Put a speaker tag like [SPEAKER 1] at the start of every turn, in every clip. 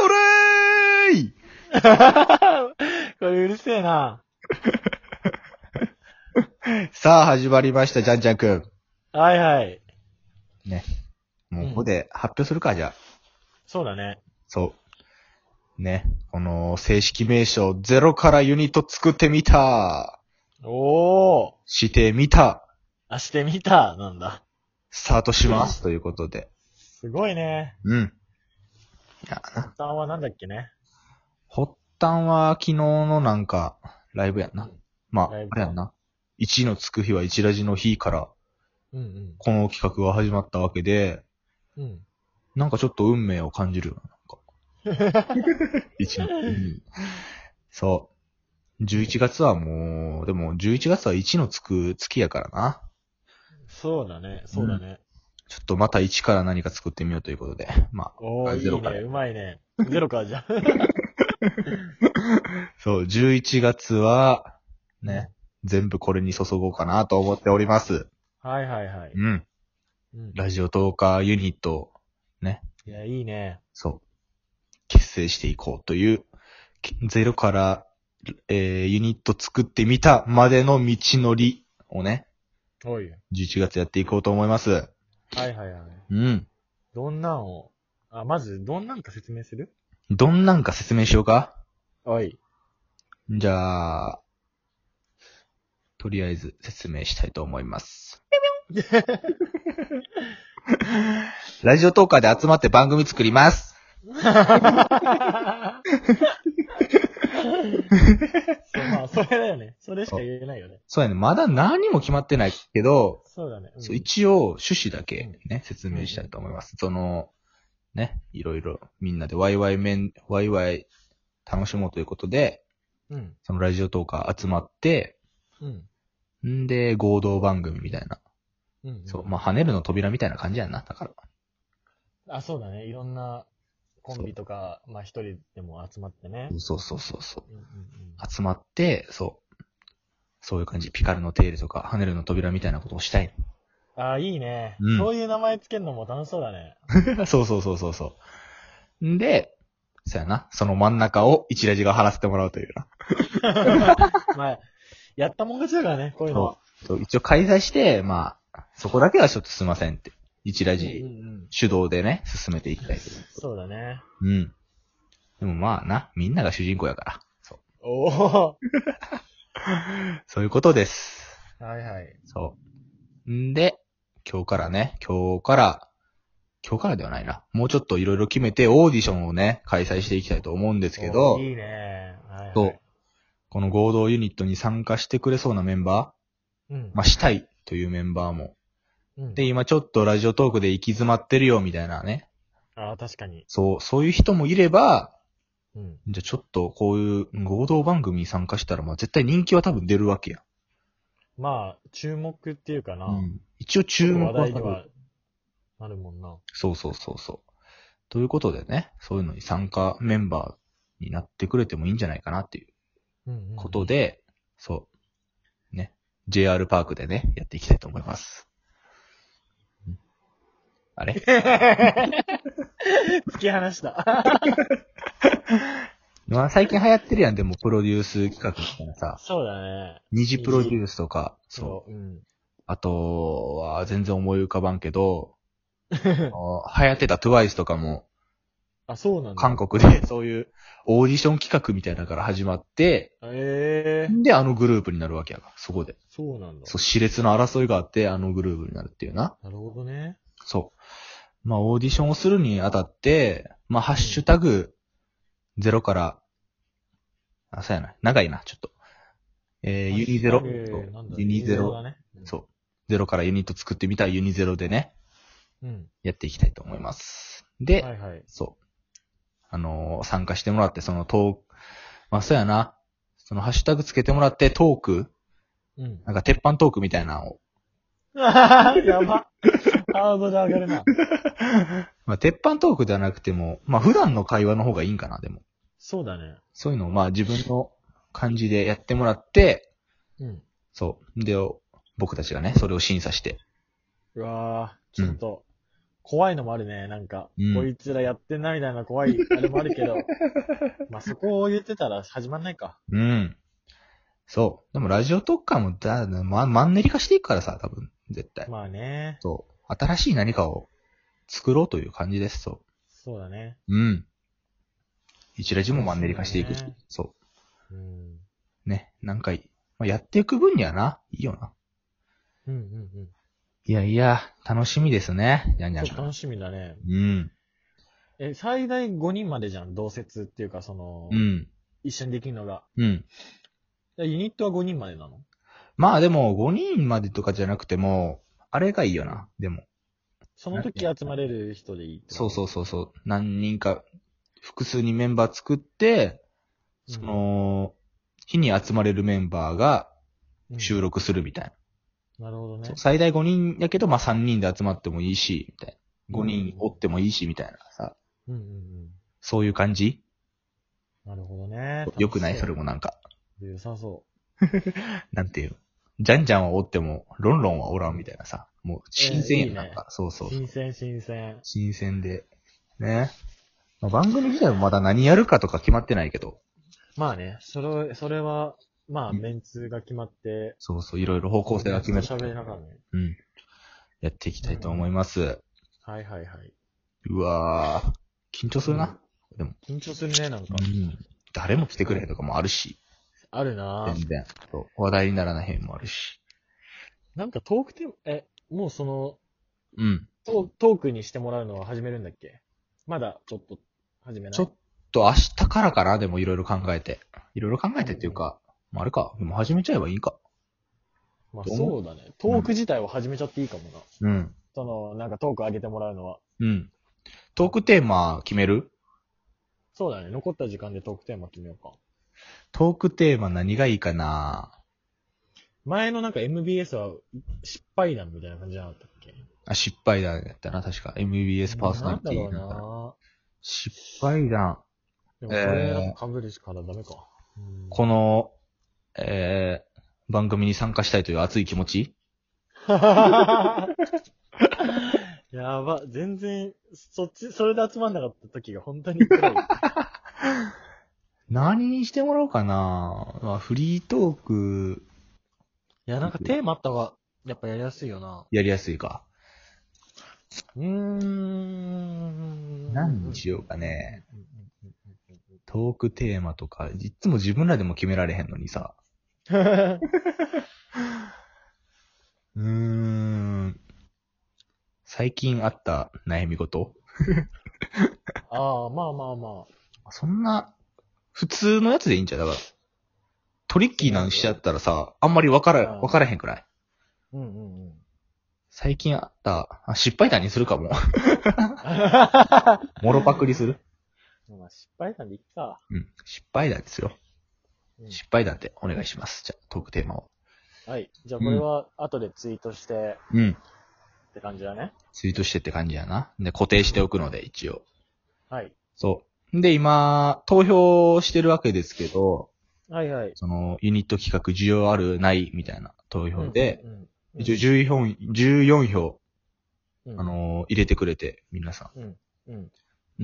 [SPEAKER 1] ゃうれーい
[SPEAKER 2] これうるせえな。
[SPEAKER 1] さあ、始まりました、じゃんじゃんくん。
[SPEAKER 2] はいはい。
[SPEAKER 1] もう
[SPEAKER 2] うん
[SPEAKER 1] ここで発表するか、じゃあ。
[SPEAKER 2] そうだね。
[SPEAKER 1] そう。ね。この、正式名称、ゼロからユニット作ってみた。
[SPEAKER 2] おー。
[SPEAKER 1] してみた。
[SPEAKER 2] あ、してみた。なんだ。
[SPEAKER 1] スタートします。ということで。
[SPEAKER 2] すごいね。
[SPEAKER 1] うん。いや
[SPEAKER 2] ボタンはなんだっけね。
[SPEAKER 1] 発端は昨日のなんか、ライブやんな。まあ、あ
[SPEAKER 2] ライ
[SPEAKER 1] れ
[SPEAKER 2] ブ
[SPEAKER 1] やんな。1のつく日は1ラジの日から、
[SPEAKER 2] うん
[SPEAKER 1] この企画が始まったわけで、
[SPEAKER 2] うん。うん。
[SPEAKER 1] なんかちょっと運命を感じるよな、なんか。一の、うんそう。11月はもう、でも11月は1のつく月やからな。
[SPEAKER 2] そうだね。そうだね。
[SPEAKER 1] ちょっとまた1から何か作ってみようということで。ま
[SPEAKER 2] お
[SPEAKER 1] あ
[SPEAKER 2] ー、い
[SPEAKER 1] ゼロ
[SPEAKER 2] い
[SPEAKER 1] から
[SPEAKER 2] ね。うまいね。ゼロから じゃん。
[SPEAKER 1] あ、そう、11月は、ね、全部これに注ごうかなと思っております。
[SPEAKER 2] はいはいはい。
[SPEAKER 1] うん。
[SPEAKER 2] うん、
[SPEAKER 1] ラジオトーカーユニットを、
[SPEAKER 2] いや、いいね。
[SPEAKER 1] そう、結成していこうという、きゼロから、えーユニット作ってみたまでの道のりをね、
[SPEAKER 2] おい。
[SPEAKER 1] 11月やっていこうと思います。
[SPEAKER 2] はいはいはい。
[SPEAKER 1] うん。
[SPEAKER 2] どんなんを、あ、まず、どんなんか説明する
[SPEAKER 1] どんなんか説明しようか
[SPEAKER 2] おい。
[SPEAKER 1] じゃあ、とりあえず説明したいと思います。ラジオトーカーで集まって番組作ります。
[SPEAKER 2] そうまあ、それだよね。それしか言えないよね。
[SPEAKER 1] そうやね。まだ何も決まってないけど、
[SPEAKER 2] そうだね。うん
[SPEAKER 1] そう一応、趣旨だけね、説明したいと思います。その、ね、いろいろみんなでワイワイ面、ワイワイ楽しもうということで、
[SPEAKER 2] うん。
[SPEAKER 1] そのラジオトーカー集まって、
[SPEAKER 2] うん。
[SPEAKER 1] んで、合同番組みたいな。
[SPEAKER 2] うん。
[SPEAKER 1] そう、まあ、跳ねるの扉みたいな感じやな、だから。
[SPEAKER 2] あ、そうだね。いろんなコンビとか、まあ一人でも集まってね。
[SPEAKER 1] そうそうそうそう。
[SPEAKER 2] うんうんうん
[SPEAKER 1] 集まって、そう。そういう感じ、ピカルのテールとか、跳ねるの扉みたいなことをしたい。
[SPEAKER 2] あ、いいね
[SPEAKER 1] うん。
[SPEAKER 2] そういう名前つけるのも楽しそうだ ね。
[SPEAKER 1] そうそうそうそうそう。んで、そうやな、その真ん中を一ラジが張らせてもらうというな。
[SPEAKER 2] まあ、やったもん勝ちだからね、こういうのは。
[SPEAKER 1] そう一応開催して、まあ、そこだけはちょっとすいませんって。一ラ
[SPEAKER 2] う
[SPEAKER 1] ジ
[SPEAKER 2] んうんうん
[SPEAKER 1] 主導でね、進めていきたいけど。
[SPEAKER 2] そうだね。
[SPEAKER 1] うん。でもまあな、みんなが主人公やから。そ
[SPEAKER 2] おお。
[SPEAKER 1] う。そういうことです。
[SPEAKER 2] はいはい。
[SPEAKER 1] そう。んで、今日からね、今日から、今日からではないな。もうちょっといろいろ決めてオーディションをね、開催していきたいと思うんですけど
[SPEAKER 2] お、いいね。はいはい。
[SPEAKER 1] そう。この合同ユニットに参加してくれそうなメンバ
[SPEAKER 2] うん
[SPEAKER 1] ー、。まあ、したいというメンバーも。
[SPEAKER 2] うん
[SPEAKER 1] で、今ちょっとラジオトークで行き詰まってるよ、みたいなね。
[SPEAKER 2] ああ、確かに。
[SPEAKER 1] そう、そういう人もいれば、
[SPEAKER 2] うん。
[SPEAKER 1] じゃあちょっとこういう合同番組に参加したら、まあ、絶対人気は多分出るわけや。
[SPEAKER 2] まあ、注目っていうかな。
[SPEAKER 1] うん一応注目
[SPEAKER 2] 話
[SPEAKER 1] は
[SPEAKER 2] 題に
[SPEAKER 1] 多分
[SPEAKER 2] はなるもんな。
[SPEAKER 1] そうそうそうそう。ということでね、そういうのに参加メンバーになってくれてもいいんじゃないかなっていう
[SPEAKER 2] うんうん
[SPEAKER 1] ことで、そう。ね。JR パークでね、やっていきたいと思います。うんあれ
[SPEAKER 2] 突き放した。
[SPEAKER 1] まあ最近流行ってるやん、でもプロデュース企画みたいなさ、
[SPEAKER 2] そうだね。
[SPEAKER 1] 二次プロデュースとか、そう。
[SPEAKER 2] そう。うん。
[SPEAKER 1] あとは全然思い浮かばんけど、あの流行ってた TWICE とかも、
[SPEAKER 2] あ、そうなんだ。
[SPEAKER 1] 韓国でそういうオーディション企画みたいなのから始まって、
[SPEAKER 2] ええ
[SPEAKER 1] で、あのグループになるわけやから、そこで。
[SPEAKER 2] そうなんだ。
[SPEAKER 1] そう、熾烈な争いがあって、あのグループになるっていうな。
[SPEAKER 2] なるほどね。
[SPEAKER 1] そう。まあ、オーディションをするにあたって、まあ、ハッシュタグ、ゼロから、あ、そうやな。長いな、ちょっと。えー、ユニゼロ。
[SPEAKER 2] ハッシュタグ
[SPEAKER 1] そ
[SPEAKER 2] な
[SPEAKER 1] うん
[SPEAKER 2] だ
[SPEAKER 1] ユニゼロ。
[SPEAKER 2] だね。
[SPEAKER 1] そう。ゼロからユニット作ってみたユニゼロでね、
[SPEAKER 2] うん。
[SPEAKER 1] やっていきたいと思います。
[SPEAKER 2] う
[SPEAKER 1] で、
[SPEAKER 2] ん。はいはい。
[SPEAKER 1] そう。あのー参加してもらって、そのトーク、まあ、そうやな。そのハッシュタグつけてもらって、トーク、
[SPEAKER 2] うん。
[SPEAKER 1] なんか鉄板トークみたいなのを
[SPEAKER 2] やば。ハードル上がるな。
[SPEAKER 1] まあ、鉄板トークではなくても、まあ、普段の会話の方がいいんかな、でも。
[SPEAKER 2] そうだね。
[SPEAKER 1] そういうのを、まあ、自分の感じでやってもらって、
[SPEAKER 2] うん。
[SPEAKER 1] そう。で、僕たちがね、それを審査して。
[SPEAKER 2] うわぁ、ちょっと、怖いのもあるね、なんか。
[SPEAKER 1] うん
[SPEAKER 2] こいつらやってんなみたいな怖い、あれもあるけ ど。まあ、そこを言ってたら始まんないか。
[SPEAKER 1] うん。そう。でもラジオ特化もだ、ま、マンネリ化していくからさ、多分、絶対。
[SPEAKER 2] まあね。
[SPEAKER 1] そう。新しい何かを作ろうという感じです、そ
[SPEAKER 2] そうだね。
[SPEAKER 1] う。うん。一ラジもマンネリ化していく
[SPEAKER 2] そうだね。
[SPEAKER 1] そ
[SPEAKER 2] うん。
[SPEAKER 1] う。ね。なんかいい、まあ、やっていく分にはな、いいよな。
[SPEAKER 2] うんうん
[SPEAKER 1] いやいや、楽しみですね。にゃん
[SPEAKER 2] う
[SPEAKER 1] にゃ
[SPEAKER 2] ん。
[SPEAKER 1] ん
[SPEAKER 2] ちょっと楽しみだね。
[SPEAKER 1] うん。
[SPEAKER 2] え、最大5人までじゃん、同説っていうか、その、
[SPEAKER 1] うん。
[SPEAKER 2] 一緒にできるのが。
[SPEAKER 1] うん。
[SPEAKER 2] でユニットは5人までなの
[SPEAKER 1] まあでも、5人までとかじゃなくても、あれがいいよな。でも。
[SPEAKER 2] その時集まれる人でいいってこと
[SPEAKER 1] そうそうそうそう。何人か、複数にメンバー作って、
[SPEAKER 2] うん
[SPEAKER 1] その、日に集まれるメンバーが
[SPEAKER 2] うん
[SPEAKER 1] 収録するみたいな。
[SPEAKER 2] なるほどね
[SPEAKER 1] そう。最大5人やけど、まあ3人で集まってもいいし、みたいな。5人
[SPEAKER 2] うん
[SPEAKER 1] おってもいいし、みたいなさ。
[SPEAKER 2] うんうんうん。
[SPEAKER 1] そういう感じ
[SPEAKER 2] なるほどね。
[SPEAKER 1] よくないそれ
[SPEAKER 2] も。
[SPEAKER 1] もなんか。
[SPEAKER 2] 良さそ
[SPEAKER 1] なんていう。じゃんじゃんはおっても、ロンロンはおらんみたいなさ。もう、新鮮やん、
[SPEAKER 2] えーいい
[SPEAKER 1] な
[SPEAKER 2] ね
[SPEAKER 1] んか。そう
[SPEAKER 2] う
[SPEAKER 1] そ。う。
[SPEAKER 2] 新鮮、新鮮。
[SPEAKER 1] 新鮮で。ね。まあ、番組自体もまだ何やるかとか決まってないけど。
[SPEAKER 2] まあね、それ、それは、まあ、
[SPEAKER 1] うん
[SPEAKER 2] メンツが決まって、
[SPEAKER 1] そうそう、いろいろ方向性が決めて
[SPEAKER 2] めっちゃ喋りながらね。
[SPEAKER 1] うん。やっていきたいと思います。
[SPEAKER 2] はいはいはい。
[SPEAKER 1] うわぁ。緊張するな。
[SPEAKER 2] 緊張するね、なんか
[SPEAKER 1] う。ん。誰も来てくれへんとかもあるし。
[SPEAKER 2] あるな
[SPEAKER 1] 全然。そう話題にならないへんもあるし。
[SPEAKER 2] なんかトークテーマ、え、もうその
[SPEAKER 1] うん。
[SPEAKER 2] ト、トークにしてもらうのは始めるんだっけまだちょっと始めない
[SPEAKER 1] ちょっと明日からかな、でもいろいろ考えて。いろいろ考えてっていうか、まあ、あれか。でも始めちゃえばいいか。
[SPEAKER 2] まあそうだね。トーク自体を始めちゃっていいかもな。
[SPEAKER 1] うん。
[SPEAKER 2] その、なんかトーク上げてもらうのは。
[SPEAKER 1] うん。トークテーマ決める
[SPEAKER 2] そうだね。残った時間でトークテーマ決めようか。
[SPEAKER 1] トークテーマ何がいいかな
[SPEAKER 2] 前のなんか MBS は失敗談みたいな感じじゃなかったっけ
[SPEAKER 1] あ、失敗談やったな、確か。MBS パーソナリティ
[SPEAKER 2] なんだ
[SPEAKER 1] なんか
[SPEAKER 2] ろ
[SPEAKER 1] 失敗談。
[SPEAKER 2] うなでもこれなんか被るしからダメか。うん
[SPEAKER 1] この、えー、番組に参加したいという熱い気持ち
[SPEAKER 2] やば、全然、そっち、それで集まんなかった時が本当に辛い。
[SPEAKER 1] 何にしてもらおうかなまあ、フリートーク
[SPEAKER 2] いや、なんかテーマあった方が、やっぱやりやすいよな。
[SPEAKER 1] やりやすいか。
[SPEAKER 2] うーん。
[SPEAKER 1] 何にしようかね。トークテーマとか、いつも自分らでも決められへんのにさ。うーん。最近あった悩み事
[SPEAKER 2] ああ、まあまあまあ。
[SPEAKER 1] そんな、普通のやつでいいんちゃうだから、トリッキーなんしちゃったらさ、あんまりわから、
[SPEAKER 2] うん
[SPEAKER 1] わからへんくらい。
[SPEAKER 2] うんうんうん。
[SPEAKER 1] 最近あった、あ、失敗談にするかも。 もろパクリする
[SPEAKER 2] まあ失敗なんでいっか。
[SPEAKER 1] うん。失敗談ですよ。
[SPEAKER 2] うん
[SPEAKER 1] 失敗談でお願いします。じゃあ、トークテーマを。
[SPEAKER 2] はい。じゃあこれは後でツイートして
[SPEAKER 1] うん。
[SPEAKER 2] って感じだね。
[SPEAKER 1] ツイートしてって感じやな。で、固定しておくので、一応。
[SPEAKER 2] はい。
[SPEAKER 1] そう。で、今、投票してるわけですけど、
[SPEAKER 2] はいはい。
[SPEAKER 1] その、ユニット企画需要ある、ない、みたいな投票で、
[SPEAKER 2] うんうんうん、
[SPEAKER 1] 一応14票、14票、
[SPEAKER 2] うん
[SPEAKER 1] あ、のー入れてくれて、皆さん。
[SPEAKER 2] うん。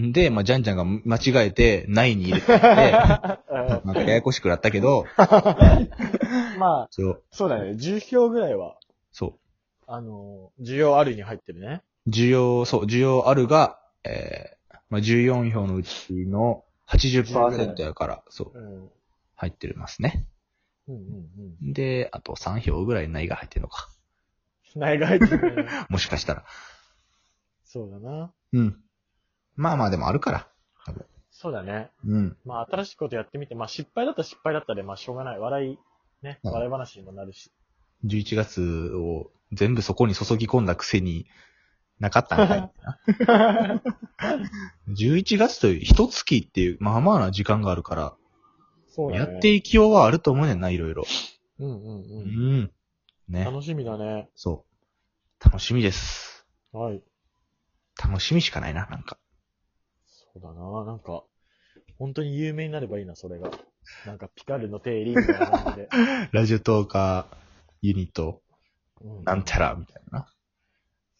[SPEAKER 1] んで、まあ、ジャンジャンが間違えて、ないに入れてて、なんかややこしくなったけど、
[SPEAKER 2] まあ、
[SPEAKER 1] そう、
[SPEAKER 2] そうだね。10票ぐらいは、
[SPEAKER 1] そ
[SPEAKER 2] あの、需要あるに入ってるね。
[SPEAKER 1] う、需要、そう、需要あるが、えー、まあ、14票のうちの80%やから、そう、
[SPEAKER 2] うん。うん
[SPEAKER 1] 入ってますね。
[SPEAKER 2] うんうん。
[SPEAKER 1] で、あと3票ぐらいないが入ってるのか。
[SPEAKER 2] 内外 的に。
[SPEAKER 1] もしかしたら。
[SPEAKER 2] そうだな。
[SPEAKER 1] うん。まあまあでもあるから。
[SPEAKER 2] そうだね。
[SPEAKER 1] うん。
[SPEAKER 2] まあ、新しいことやってみて、まあ、失敗だったら失敗だったで、まあ、しょうがない。笑い、ね、
[SPEAKER 1] うん
[SPEAKER 2] 笑い話にもなる し。
[SPEAKER 1] 11月を全部そこに注ぎ込んだくせに、なかったみたいな。11月という一月っていう、まあまあな時間があるから、
[SPEAKER 2] そうだ
[SPEAKER 1] や
[SPEAKER 2] ね。
[SPEAKER 1] っていきようはあると思うねんな、いろいろ。
[SPEAKER 2] うんうん
[SPEAKER 1] う
[SPEAKER 2] うん。
[SPEAKER 1] ん。ね。
[SPEAKER 2] 楽しみだね。
[SPEAKER 1] そう。楽しみです。
[SPEAKER 2] はい。
[SPEAKER 1] 楽しみしかないな、なんか。
[SPEAKER 2] そうだな。なんか、本当に有名になればいいな、それが。なんか、ピカルの定理みたいな感 じで。
[SPEAKER 1] ラジオトーカーユニット、
[SPEAKER 2] うん
[SPEAKER 1] なんちゃら、みたいな。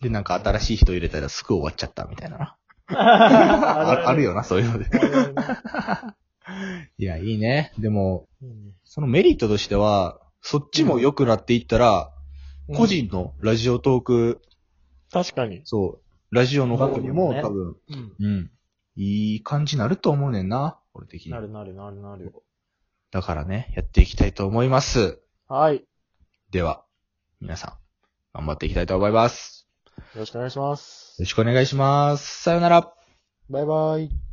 [SPEAKER 1] で、なんか新しい人入れたらすぐ終わっちゃったみたいなな。あ
[SPEAKER 2] あ
[SPEAKER 1] あるよな、そういうので。
[SPEAKER 2] あるあるね。
[SPEAKER 1] いや、いいね。でも、
[SPEAKER 2] いいね
[SPEAKER 1] そのメリットとしては、そっちも良くなっていったら、
[SPEAKER 2] うん
[SPEAKER 1] 個人のラジオトーク、
[SPEAKER 2] 確かに。
[SPEAKER 1] そう、ラジオの方にも
[SPEAKER 2] 番組もね
[SPEAKER 1] 多分、うん、いい感じになると思うねんな、俺的に
[SPEAKER 2] な。るなるなるなる。
[SPEAKER 1] だからね、やっていきたいと思います。
[SPEAKER 2] はい。よ
[SPEAKER 1] では、皆さん、頑張っていきたいと思います。
[SPEAKER 2] ろしくお願いしま
[SPEAKER 1] よ
[SPEAKER 2] す
[SPEAKER 1] ろ。しくお願いします。さよなら。
[SPEAKER 2] バイバイ。